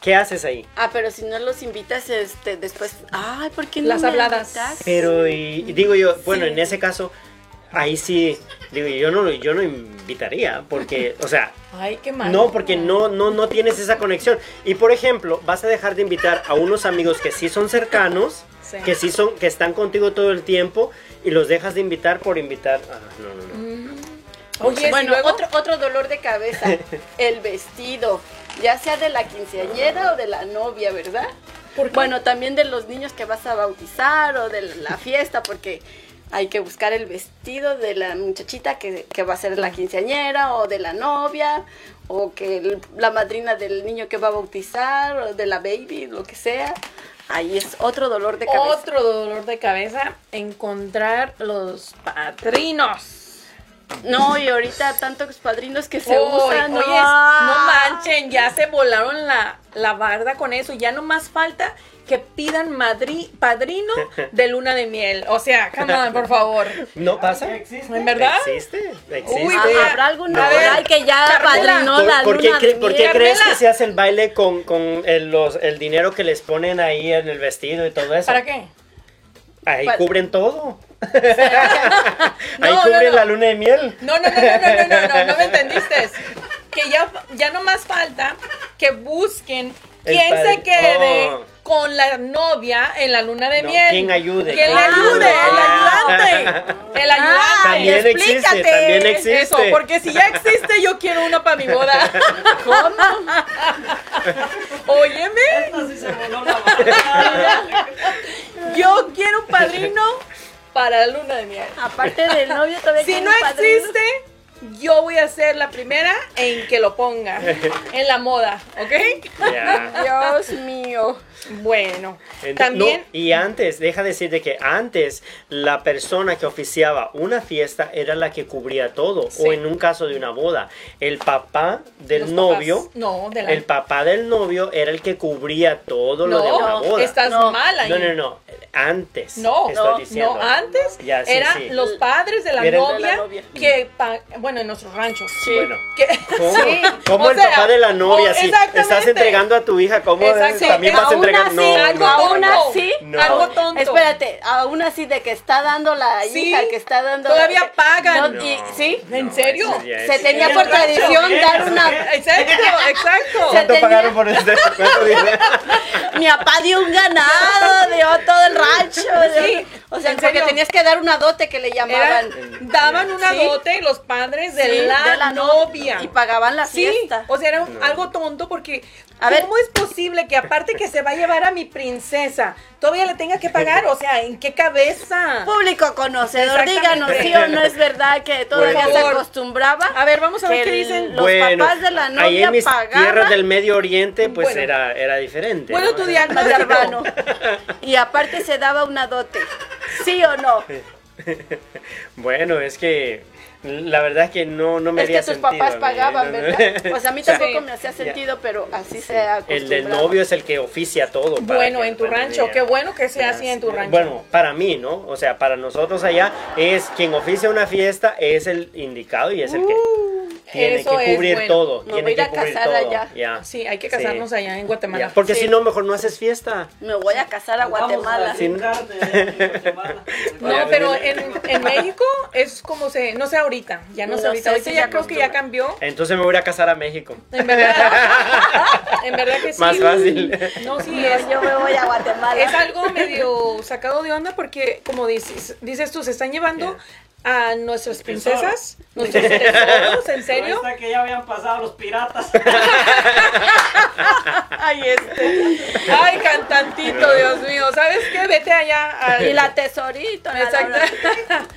¿Qué haces ahí? Ah, pero si no los invitas, este, después. Ay, ¿por qué no Las me habladas. invitas? Pero y, y digo yo, bueno, en ese caso, ahí sí, digo yo no, lo- yo no invitaría porque, o sea, Ay, qué mal. No, porque no, no, no tienes esa conexión. Y por ejemplo, vas a dejar de invitar a unos amigos que sí son cercanos, Sí. que sí son, que están contigo todo el tiempo, y los dejas de invitar por invitar. Ah, no, no, no. Oye, bueno, bueno, luego, otro, otro dolor de cabeza, el vestido, ya sea de la quinceañera o de la novia, ¿verdad? ¿Por qué? Bueno, también de los niños que vas a bautizar o de la fiesta, porque hay que buscar el vestido de la muchachita que, que va a ser la quinceañera o de la novia o que el- la madrina del niño que va a bautizar o de la baby, lo que sea. Ahí es otro dolor de cabeza. otro dolor de cabeza, encontrar los patrinos. No, y ahorita tantos padrinos que se Uy, usan. oye, no manchen, ya se volaron la, la barda con eso. Ya no más falta que pidan madri- padrino de luna de miel. O sea, come on, por favor. ¿No pasa? ¿En verdad? Existe, existe. Uy, Ah, güey. ¿Habrá algún No. lugar que ya Carmela, padrinó ¿Por, la por qué, luna cre- de por qué miel? crees que Carmela. se hace el baile con, con el, los, el dinero que les ponen ahí en el vestido y todo eso? ¿Para qué? Ahí Para- cubren todo. ahí no, cubren no. la luna de miel. No, no, no, no, no, no, no, no, no me entendiste. Que ya, ya no más falta que busquen El quién se padre- quede Oh. con la novia en la luna de No, miel. ¿quién ayude? ¿Quién ¿Quién le ayude? ayude? El ayudante. El ayudante. También existe, explícate. también existe. Eso, porque si ya existe, yo quiero uno para mi boda. ¿Cómo? Óyeme, yo quiero un padrino para la luna de miel. Aparte del novio todavía Si quiere no un padrino. existe, yo voy a ser la primera en que lo ponga en la moda, ¿ok? Ya. Dios mío. Bueno, Ent- también no, y antes, deja decir de que antes la persona que oficiaba una fiesta era la que cubría todo, Sí. o en un caso de una boda, el papá del los novio, papás- no, de la, el papá del novio era el que cubría todo lo de una no, boda. estás No, mal ahí. No, no, no, antes. No, estoy no, diciendo. no, antes Ya, sí, eran sí. los padres de la, Eran- novia, De la novia. que, pa- bueno, en nuestros ranchos. Sí. Bueno. Que- ¿Cómo, Sí. cómo O el sea, papá de la novia? o- sí, estás exactamente. entregando a tu hija, ¿cómo Exacto. también vas a Aún entregar? así, no, algo no, aún no, así, no. algo tonto. Espérate, aún así de que está dando la Sí, hija, que está dando. todavía pagan. No, No. y- ¿Sí? ¿En serio? eso ya Se es- tenía por tradición dar una. Exacto, exacto. Se- ¿Cuánto tenía- pagaron por este? ¿Cuánto dinero? Mi papá dio un ganado, dio todo el rancho. dio- Sí, o sea, en porque serio. tenías que dar una dote que le Era- llamaban. eh, daban una Sí. dote los padres de, Sí, la, de la no- novia. Y pagaban la Sí, fiesta. o sea, era un- No. algo tonto porque A ver. ¿Cómo es posible que aparte que se va a llevar a mi princesa, todavía le tenga que pagar? O sea, ¿en qué cabeza? Público conocedor, díganos Exactamente. sí o no es verdad que todavía Por se favor. acostumbraba. A ver, vamos a ver que qué el- dicen. los papás de la ahí novia en mis pagaban. tierras del Medio Oriente, pues Bueno. era, era diferente. Bueno, ¿no? tu diario más hermano. Y aparte se daba una dote. ¿Sí o no? Bueno, es que la verdad es que no, no me Es que había tus sentido papás a mí, pagaban, no, no. ¿verdad? Pues a mí sea, tampoco sí. me hacía sentido, pero así se acostumbraba. El del novio es el que oficia todo. para Bueno, que- en tu para rancho, ella. qué bueno que sea así en tu rancho. Bueno, para mí, ¿no? O sea, para nosotros allá es quien oficia una fiesta es el indicado y es el que tiene eso es que cubrir bueno. todo. Me tiene voy a ir que a cubrir casar todo. allá. ya. Sí, hay que Sí. casarnos allá en Guatemala. Ya, Porque Sí. si no, mejor no haces fiesta. Me voy a casar a Guatemala. Sí. No, Oye, pero Adriana. en, en México es como se, no sé ahorita, ya no, sé No ahorita. sé, Ahorita sí ya se creo que ya acostumbra. cambió. Entonces me voy a ir a casar a México. En verdad, en verdad que sí. Más fácil. No, sí, es, No, yo me voy a Guatemala. es algo medio sacado de onda porque, como dices, dices tú, se están llevando a nuestras Tesoro. princesas, nuestros tesoros, ¿en serio? Hasta que ya habían pasado los piratas. Ay, este. Ay, cantantito, Dios mío. ¿Sabes qué? Vete allá al- Y la tesorito. la- la- la- Exacto.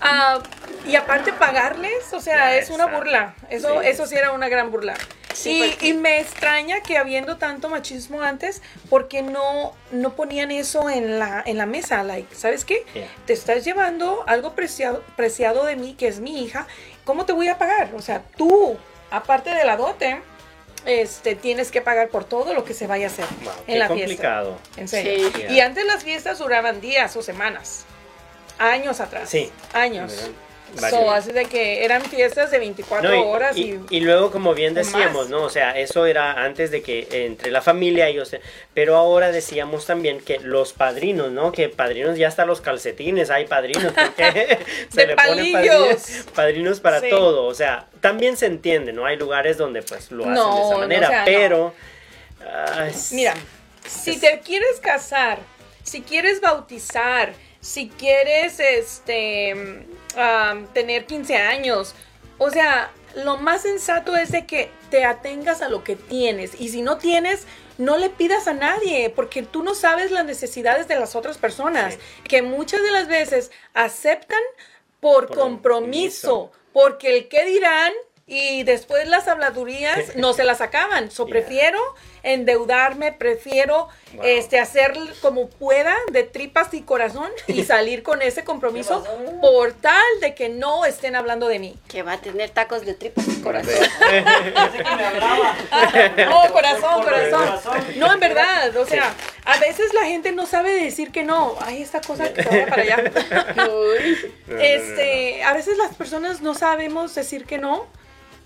Ah, y aparte pagarles, o sea, Ya, es una exacto. burla. Eso, Sí. eso sí era una gran burla. Sí, y, porque- y me extraña que habiendo tanto machismo antes, porque no, no ponían eso en la, en la mesa, like, ¿sabes qué? Ya. Te estás llevando algo preciado, preciado de mí, que es mi hija, ¿cómo te voy a pagar? O sea, tú, aparte de la dote, este, tienes que pagar por todo lo que se vaya a hacer Wow, en qué la fiesta. complicado. En serio. Sí. Ya. Y antes las fiestas duraban días o semanas. Años atrás. Sí. Años. Varios. So, así de que eran fiestas de 24 No, y, horas y, y- y luego, como bien o más. decíamos, ¿no? O sea, eso era antes de que entre la familia ellos... Pero ahora decíamos también que los padrinos, ¿no? Que padrinos ya hasta los calcetines, hay padrinos. Porque De padrinos, palillos. padrinos para Sí. todo. O sea, también se entiende, ¿no? Hay lugares donde pues lo hacen de No, esa no, manera, o sea, no. pero... ay, s- Mira, si te quieres casar, si quieres bautizar, si quieres este am, tener 15 años, o sea, lo más sensato es de que te atengas a lo que tienes y si no tienes no le pidas a nadie porque tú no sabes las necesidades de las otras personas que muchas de las veces aceptan por Por compromiso, porque el qué dirán y después las habladurías no se las acaban. So, Yeah. prefiero endeudarme, prefiero Wow. este hacer como pueda de tripas y corazón y salir con ese compromiso por tal de que no estén hablando de mí. Que va a tener tacos de tripas y corazón. Pensé que me hablaba. Oh, corazón, Por- por el corazón. No, en verdad, o sea, a veces la gente no sabe decir que no. Ay, esta cosa que se vaya para allá. No, no, no, Este, a veces las personas no sabemos decir que no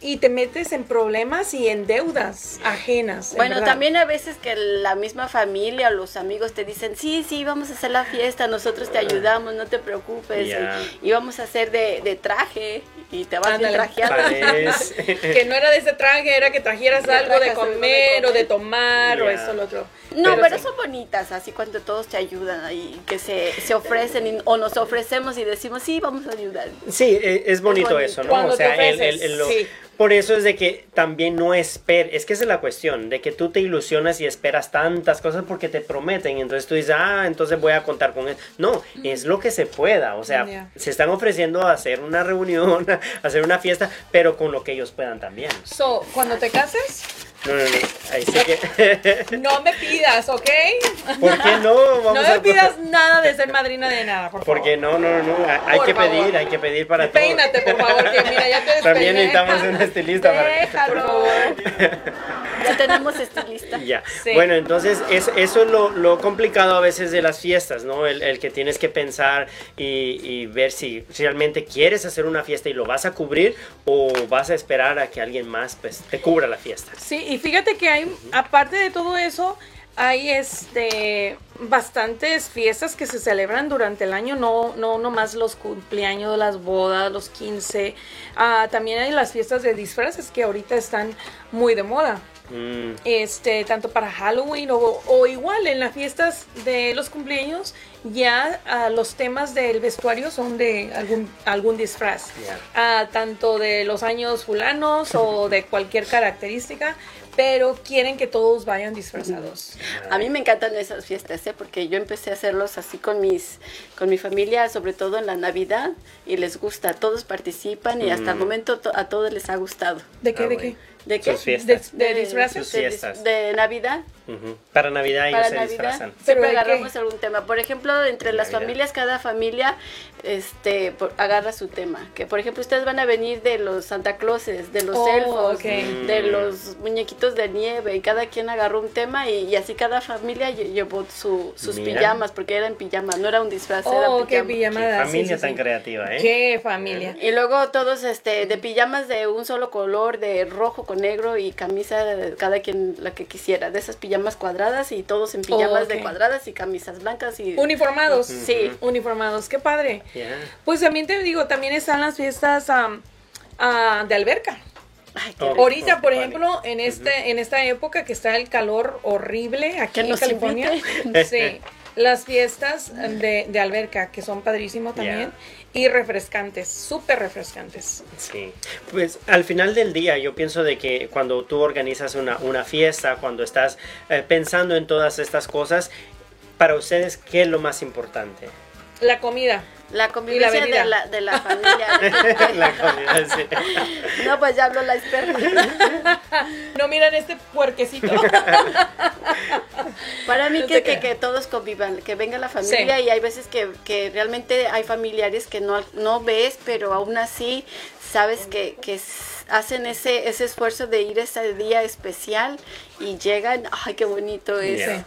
y te metes en problemas y en deudas ajenas. en Bueno, verdad. también a veces que la misma familia o los amigos te dicen, sí, sí, vamos a hacer la fiesta, nosotros te ayudamos, no te preocupes. Ya. Y, y vamos a hacer de, de traje y te vas bien Ándale. trajeada. Parece- que no era de ese traje, era que trajeras Que algo de trajeras algo de comer o de comer. tomar o Ya. esto, lo otro. No, pero, sí. son bonitas, así cuando todos te ayudan y que se, se ofrecen y- o nos ofrecemos y decimos, sí, vamos a ayudar. Sí, e- es bonito, bonito. eso, ¿no? Cuando o sea, te el- el- ofreces, el- lo- sí. por eso es de que también no esperes, es que esa es la cuestión, de que tú te ilusionas y esperas tantas cosas porque te prometen, entonces tú dices, ah, entonces voy a contar con él. No, es lo que se pueda, o sea, Ya. se están ofreciendo a hacer una reunión, a hacer una fiesta, pero con lo que ellos puedan también. So, cuando te cases, No, no, no, ahí sí que... no me pidas, ¿ok? ¿Por qué no? Vamos No a- me pidas nada de ser madrina de nada, por favor. Porque no, no, no, no, hay Por que favor. pedir, hay que pedir para todo. Peínate, por favor, que mira, ya te despeiné. También necesitamos un estilista para- Déjalo. Por favor. Ya tenemos estilista. Ya. Sí. Bueno, entonces es, eso es lo, lo complicado a veces de las fiestas, ¿no? El, el que tienes que pensar y, y ver si realmente quieres hacer una fiesta y lo vas a cubrir o vas a esperar a que alguien más pues, te cubra la fiesta. Sí, y fíjate que hay, aparte de todo eso, hay este bastantes fiestas que se celebran durante el año, no, no nomás los cumpleaños, las bodas, los 15. Ah, también hay las fiestas de disfraces que ahorita están muy de moda. Mm, Este, tanto para Halloween o, o igual en las fiestas de los cumpleaños, ya ah, los temas del vestuario son de algún, algún disfraz. ya. Ah, tanto de los años fulanos o de cualquier característica, pero quieren que todos vayan disfrazados. A mí me encantan esas fiestas, ¿eh? porque yo empecé a hacerlos así con mis, con mi familia, sobre todo en la Navidad, y les gusta, todos participan y hasta el Mm. momento to- a todos les ha gustado. ¿De qué? Ah, ¿De bueno. qué? ¿De qué? Sus fiestas. ¿De, de disfraces? Sus de, fiestas. de Navidad. Ujú. Para Navidad ellos Para se Navidad disfrazan. ¿Pero siempre de qué? agarramos algún tema. Por ejemplo, entre las Navidad. familias, cada familia este, por- agarra su tema. Que por ejemplo, ustedes van a venir de los Santa Clauses, de los Oh, elfos, ok. de Mm. los muñequitos de nieve, y cada quien agarró un tema y, y así cada familia lle- llevó su- sus Mira. pijamas, porque eran pijamas, no era un disfraz, era Oh, qué pijama. Qué pijamada. sí, familia sí, tan sí. creativa, ¿eh? Qué familia. Y luego todos este de pijamas de un solo color, de rojo con negro y camisa cada quien la que quisiera, de esas pijamas cuadradas y todos en pijamas ok. de cuadradas y camisas blancas y Uniformados. Sí. Uniformados. Qué padre. Ya. Pues también te digo, también están las fiestas am, ah, de alberca. Ay, qué Oh. rico. Ahorita, por Vale. ejemplo, en este, en esta época que está el calor horrible aquí Que en nos California, invite. sí, las fiestas de, de alberca que son padrísimos también y refrescantes, súper refrescantes. Sí, pues al final del día yo pienso de que cuando tú organizas una, una fiesta, cuando estás eh, pensando en todas estas cosas, para ustedes, ¿qué es lo más importante? La comida. la Y convivencia la de, bebida. la, de la familia. La comida, sí. no, pues ya habló la experta. No miran este puerquecito. Para mí No que, te que, creas. que todos convivan, que venga la familia Sí. y hay veces que, que realmente hay familiares que no, no ves, pero aún así sabes que, que s- hacen ese, ese esfuerzo de ir ese día especial y llegan, ay, qué bonito es. Yeah.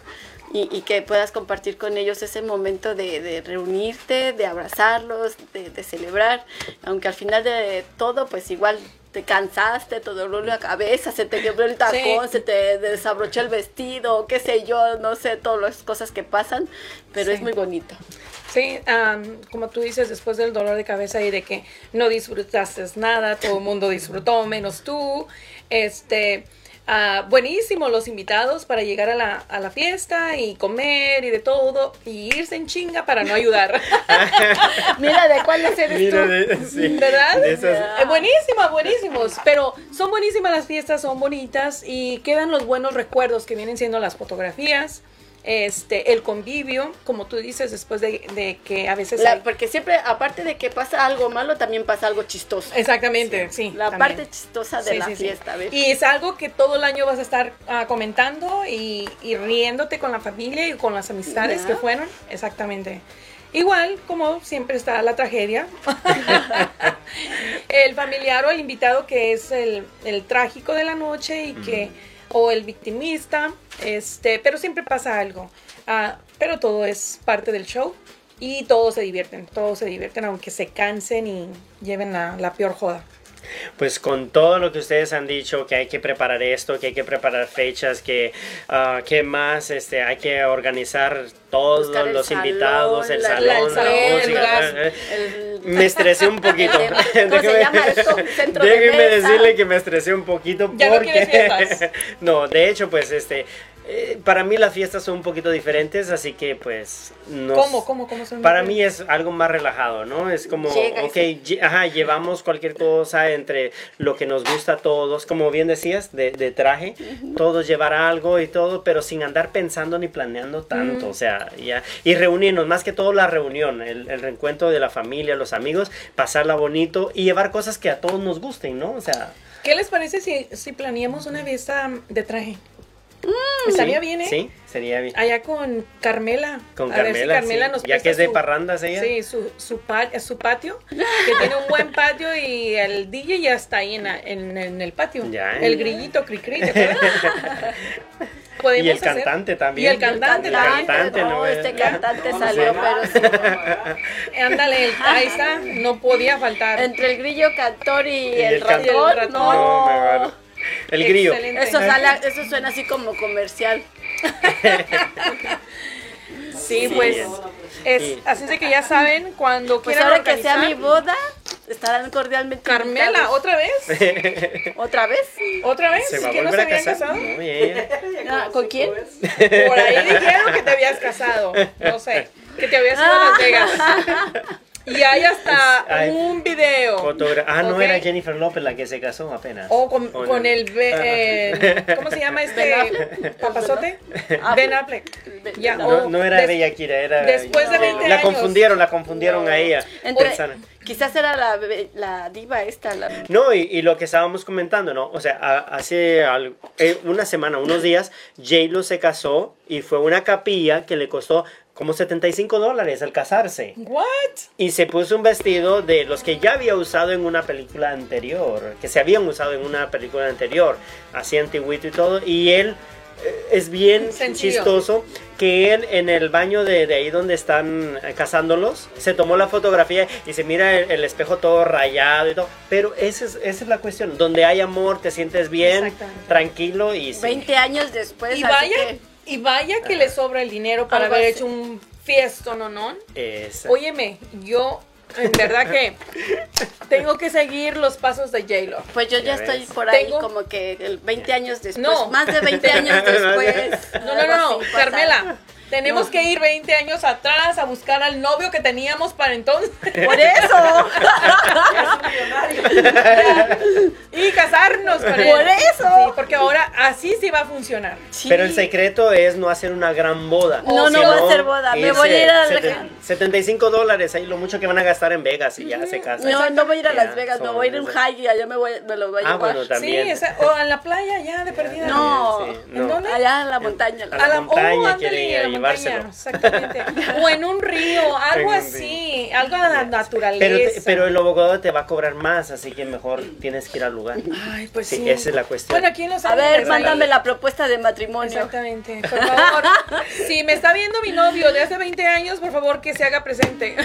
Y, y que puedas compartir con ellos ese momento de, de reunirte, de abrazarlos, de, de celebrar, aunque al final de todo, pues igual te cansaste, te dobló la cabeza, se te quebró el tacón, Sí. se te desabrochó el vestido, qué sé yo, no sé, todas las cosas que pasan, pero Sí. es muy bonito. Sí, am, como tú dices, después del dolor de cabeza y de que no disfrutaste nada, todo el mundo disfrutó menos tú. Este, ah, buenísimo los invitados para llegar a la, a la fiesta y comer y de todo y irse en chinga para no ayudar. Mira, ¿de cuáles eres Mira, tú? de- sí, ¿Verdad? de esas- Eh, buenísimas, buenísimos. Pero son buenísimas las fiestas, son bonitas y quedan los buenos recuerdos que vienen siendo las fotografías. Este, el convivio, como tú dices, después de, de que a veces... La- hay- porque siempre, aparte de que pasa algo malo, también pasa algo chistoso. Exactamente, sí. La también. parte chistosa de Sí, la sí, sí. fiesta, ¿ves? Y es algo que todo el año vas a estar ah, comentando y, y riéndote con la familia y con las amistades Ya. que fueron. Exactamente. Igual, como siempre está la tragedia, el familiar o el invitado que es el, el trágico de la noche y que, o el victimista, este, pero siempre pasa algo. Ah, pero todo es parte del show y todos se divierten, todos se divierten, aunque se cansen y lleven la, la peor joda. Pues con todo lo que ustedes han dicho, que hay que preparar esto, que hay que preparar fechas, que ah, qué más, este, hay que organizar todos Buscar el los salón, invitados, el la- salón, la- la, el salón, música. el eh, El- Me estresé un poquito. ¿Cómo se llama esto? Centro de déjenme mesa. decirle que me estresé un poquito Ya no quieres porque fiestas. no, de hecho pues este eh, para mí las fiestas son un poquito diferentes, así que pues no ¿Cómo, cómo, cómo son? Para mí es algo más relajado, ¿no? Es como, Llega y ok, lle- ajá, llevamos cualquier cosa entre lo que nos gusta a todos, como bien decías, de, de traje, todos llevar algo y todo, pero sin andar pensando ni planeando tanto, o sea, ya. Y reunirnos, más que todo la reunión, el, el reencuentro de la familia, los amigos, pasarla bonito y llevar cosas que a todos nos gusten, ¿no? O sea, ¿Qué les parece si, si planeamos una fiesta de traje? Estaría Mm. sí, bien, ¿eh? Sí, sería bien. Allá con Carmela. Con A Carmela, ver si Carmela sí, nos ya que presta es de su- parrandas ella. Sí, su, su, pa- su patio, que tiene un buen patio y el DJ ya está ahí en, la- en- en el patio. Ya, ¿eh? El grillito cri cri, ¿te acuerdas? Podemos Y el hacer- cantante también. Y el cantante El también. cantante, no, no, este eh. cantante No, salió, no, pero sí. Ándale, el- ahí está, no podía faltar. Entre el grillo cantor y, Y el, el can- ratón, y el ratón. No, me no. vale. El grillo. Excelente. Eso, sale- eso suena así como comercial. Sí, Sí, pues. es. Es, Sí. Así es de que ya saben, cuando Pues quieran ahora que sea mi organizar- boda, estarán cordialmente Carmela, invitados. ¿otra vez? ¿Otra vez? ¿Otra vez? ¿Se va a ¿Que no volver se a habían casar? casado? No, ella. Ah, ¿Con quién? Por ahí dijeron que te habías casado. No sé. Que te habías ido a Las Vegas. Y hay hasta Ay, un video. Fotogra- ah, no Ok. Oh, era Jennifer López la que se casó apenas. O con, Con con el- el. ve- eh, ¿Cómo se llama este? ¿Papazote? Ah, pues Ben Affleck. Ya, no, o no era oh. des- Bella Kira, era. después de 20 La años. confundieron, la confundieron a ella. Entre- Pensando- quizás era la, be- la diva esta. La, No, y, y lo que estábamos comentando, ¿no? O sea, a- hace al- eh, una semana, unos días, J-Lo se casó y fue a una capilla que le costó como 75 dólares al casarse. ¿What? Y se puso un vestido de los que ya había usado en una película anterior, que se habían usado en una película anterior, así antiguito y todo. Y él eh, es bien Sencillo. chistoso que él en el baño de, de ahí donde están eh, casándolos, se tomó la fotografía y se mira el, el espejo todo rayado y todo. Pero esa es, esa es la cuestión, donde hay amor, te sientes bien, Exactamente. tranquilo y... sí. 20 años después. Y así vaya, que- y vaya que le sobra el dinero para Algo haber así. hecho un fiesto, no, no. Esa- Óyeme, yo en verdad que tengo que seguir los pasos de J-Lo. Pues yo Ya ya estoy ves. por ahí Tengo- como que el 20 años después, No. más de 20 años después. No, no, no, algo así pasa. Carmela. Tenemos No. que ir 20 años atrás a buscar al novio que teníamos para entonces Por eso, y casarnos con él. Por eso. Sí, porque ahora así sí va a funcionar. Pero el secreto es no hacer una gran boda. No, no sino va a ser boda, me irse voy a ir a la- seten- 75 dólares, ahí lo mucho que van a gastar en Vegas y ya se casan. No, no voy a ir a Ya, Las Vegas, me son- voy a ir a un high y allá me, voy, me lo voy a Ah, llevar. bueno, también. Sí, esa- o en la playa ya de perdida. También, No. sí, ¿En dónde? Allá en la montaña. A la montaña quiere oh, ándale, ir a la llevárselo. montaña, exactamente. O en un río, algo un río. así, algo a la naturaleza. Pero, te- pero el abogado te va a cobrar más, así que mejor tienes que ir al lugar. Ah, Ay, pues Sí, sí. esa es la cuestión. Bueno, aquí en Los A ver, Ángeles, mándame la propuesta de matrimonio. Pues Exactamente, por favor. si me está viendo mi novio de hace 20 años, por favor que se haga presente.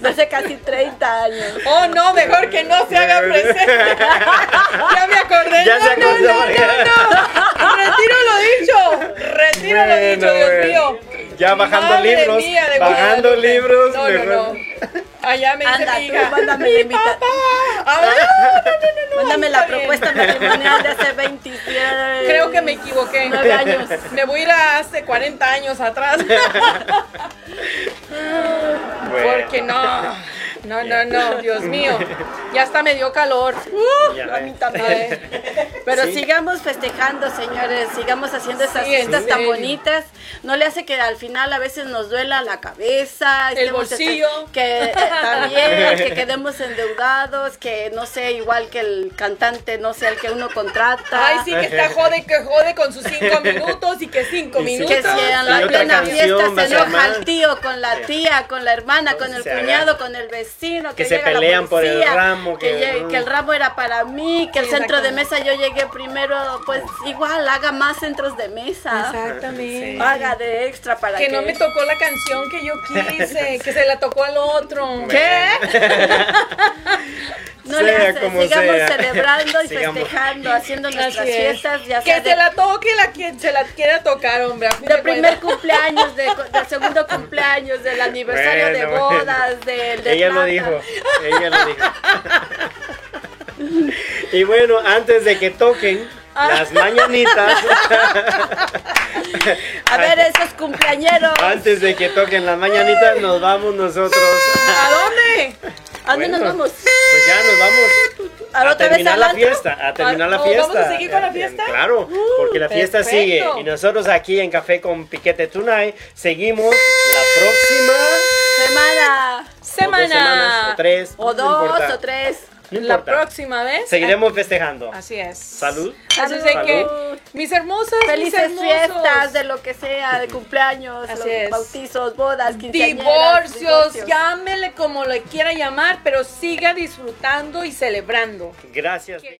De hace casi 30 años. Oh, no, mejor que no se haga presente. ya me acordé. Ya no, se no, acordó. no, no, no. Retiro lo dicho. Retiro lo dicho, Bueno, Dios bueno. mío. Ya bajando Madre libros. mía, de bajando Guadalupe. libros. No, no, mejor- no. Allá me dice Anda, mi tú hija. mándame la invita- "Ah, no, no, no, no, no, Mándame está la bien". propuesta matrimonial de hace 27. Creo que me equivoqué. Nueve años. Me voy a ir a hace 40 años atrás. Bueno, Porque no. No, no, no. Dios mío. Ya hasta me dio calor. Uh, ya A ves. mí también. ay, Pero Sí. sigamos festejando, señores, sigamos haciendo esas Sí, en fiestas tan serio. bonitas. No le hace que al final a veces nos duela la cabeza, El estemos, este, bolsillo. que eh, también, que quedemos endeudados, que no sé, igual que el cantante, no sea el que uno contrata. ay, sí que está jode que jode con sus 5 minutos y que 5 Y sí, minutos. Que si en la Y otra plena canción va fiesta a se ser enoja mal. el tío con la tía, con la hermana, con el Se agarra. cuñado, con el vecino, que, Que se llega la pelean por el policía, ramo, que, que- uh. llegue- que el ramo era para mí, que el Sí, centro de exactamente. mesa yo llegué primero, pues igual haga más centros de mesa. Exactamente. Paga de extra para que, Que no me tocó la canción que yo quise, que se la tocó al otro. ¿Qué? No le Sea hace- como sigamos sea. celebrando y Sigamos. festejando, haciendo nuestras Así es. fiestas, ya sea Que de, se la toque la quien se la quiera tocar, hombre. a fin de de primer cuentas. cumpleaños, de, del segundo cumpleaños, del aniversario de Bueno, bueno. bodas, del de Ella lo plata. dijo, ella lo dijo. Y bueno, antes de que toquen Ah. las mañanitas, A ver esos cumpleañeros, antes de que toquen las mañanitas, nos vamos nosotros. ¿A dónde? ¿a dónde Ah, nos Bueno. vamos? Pues ya nos vamos ¿A a otra vez terminar al la antro? fiesta, a terminar la ¿o vamos fiesta. Eh, a seguir con la fiesta? Uh, Claro, porque la fiesta perfecto. sigue y nosotros aquí en Café con Piquete Tonight seguimos la próxima Semana, o dos semanas, Semana. o tres, o no dos, importa, o tres. no La importa. próxima vez. Seguiremos festejando. Así es. Salud. Así es de Salud. que, mis hermosas, mis Felices hermosos, fiestas de lo que sea, de cumpleaños, Así los es. bautizos, bodas, quinceañeras, divorcios, llámele como le quiera llamar, pero siga disfrutando y celebrando. Gracias.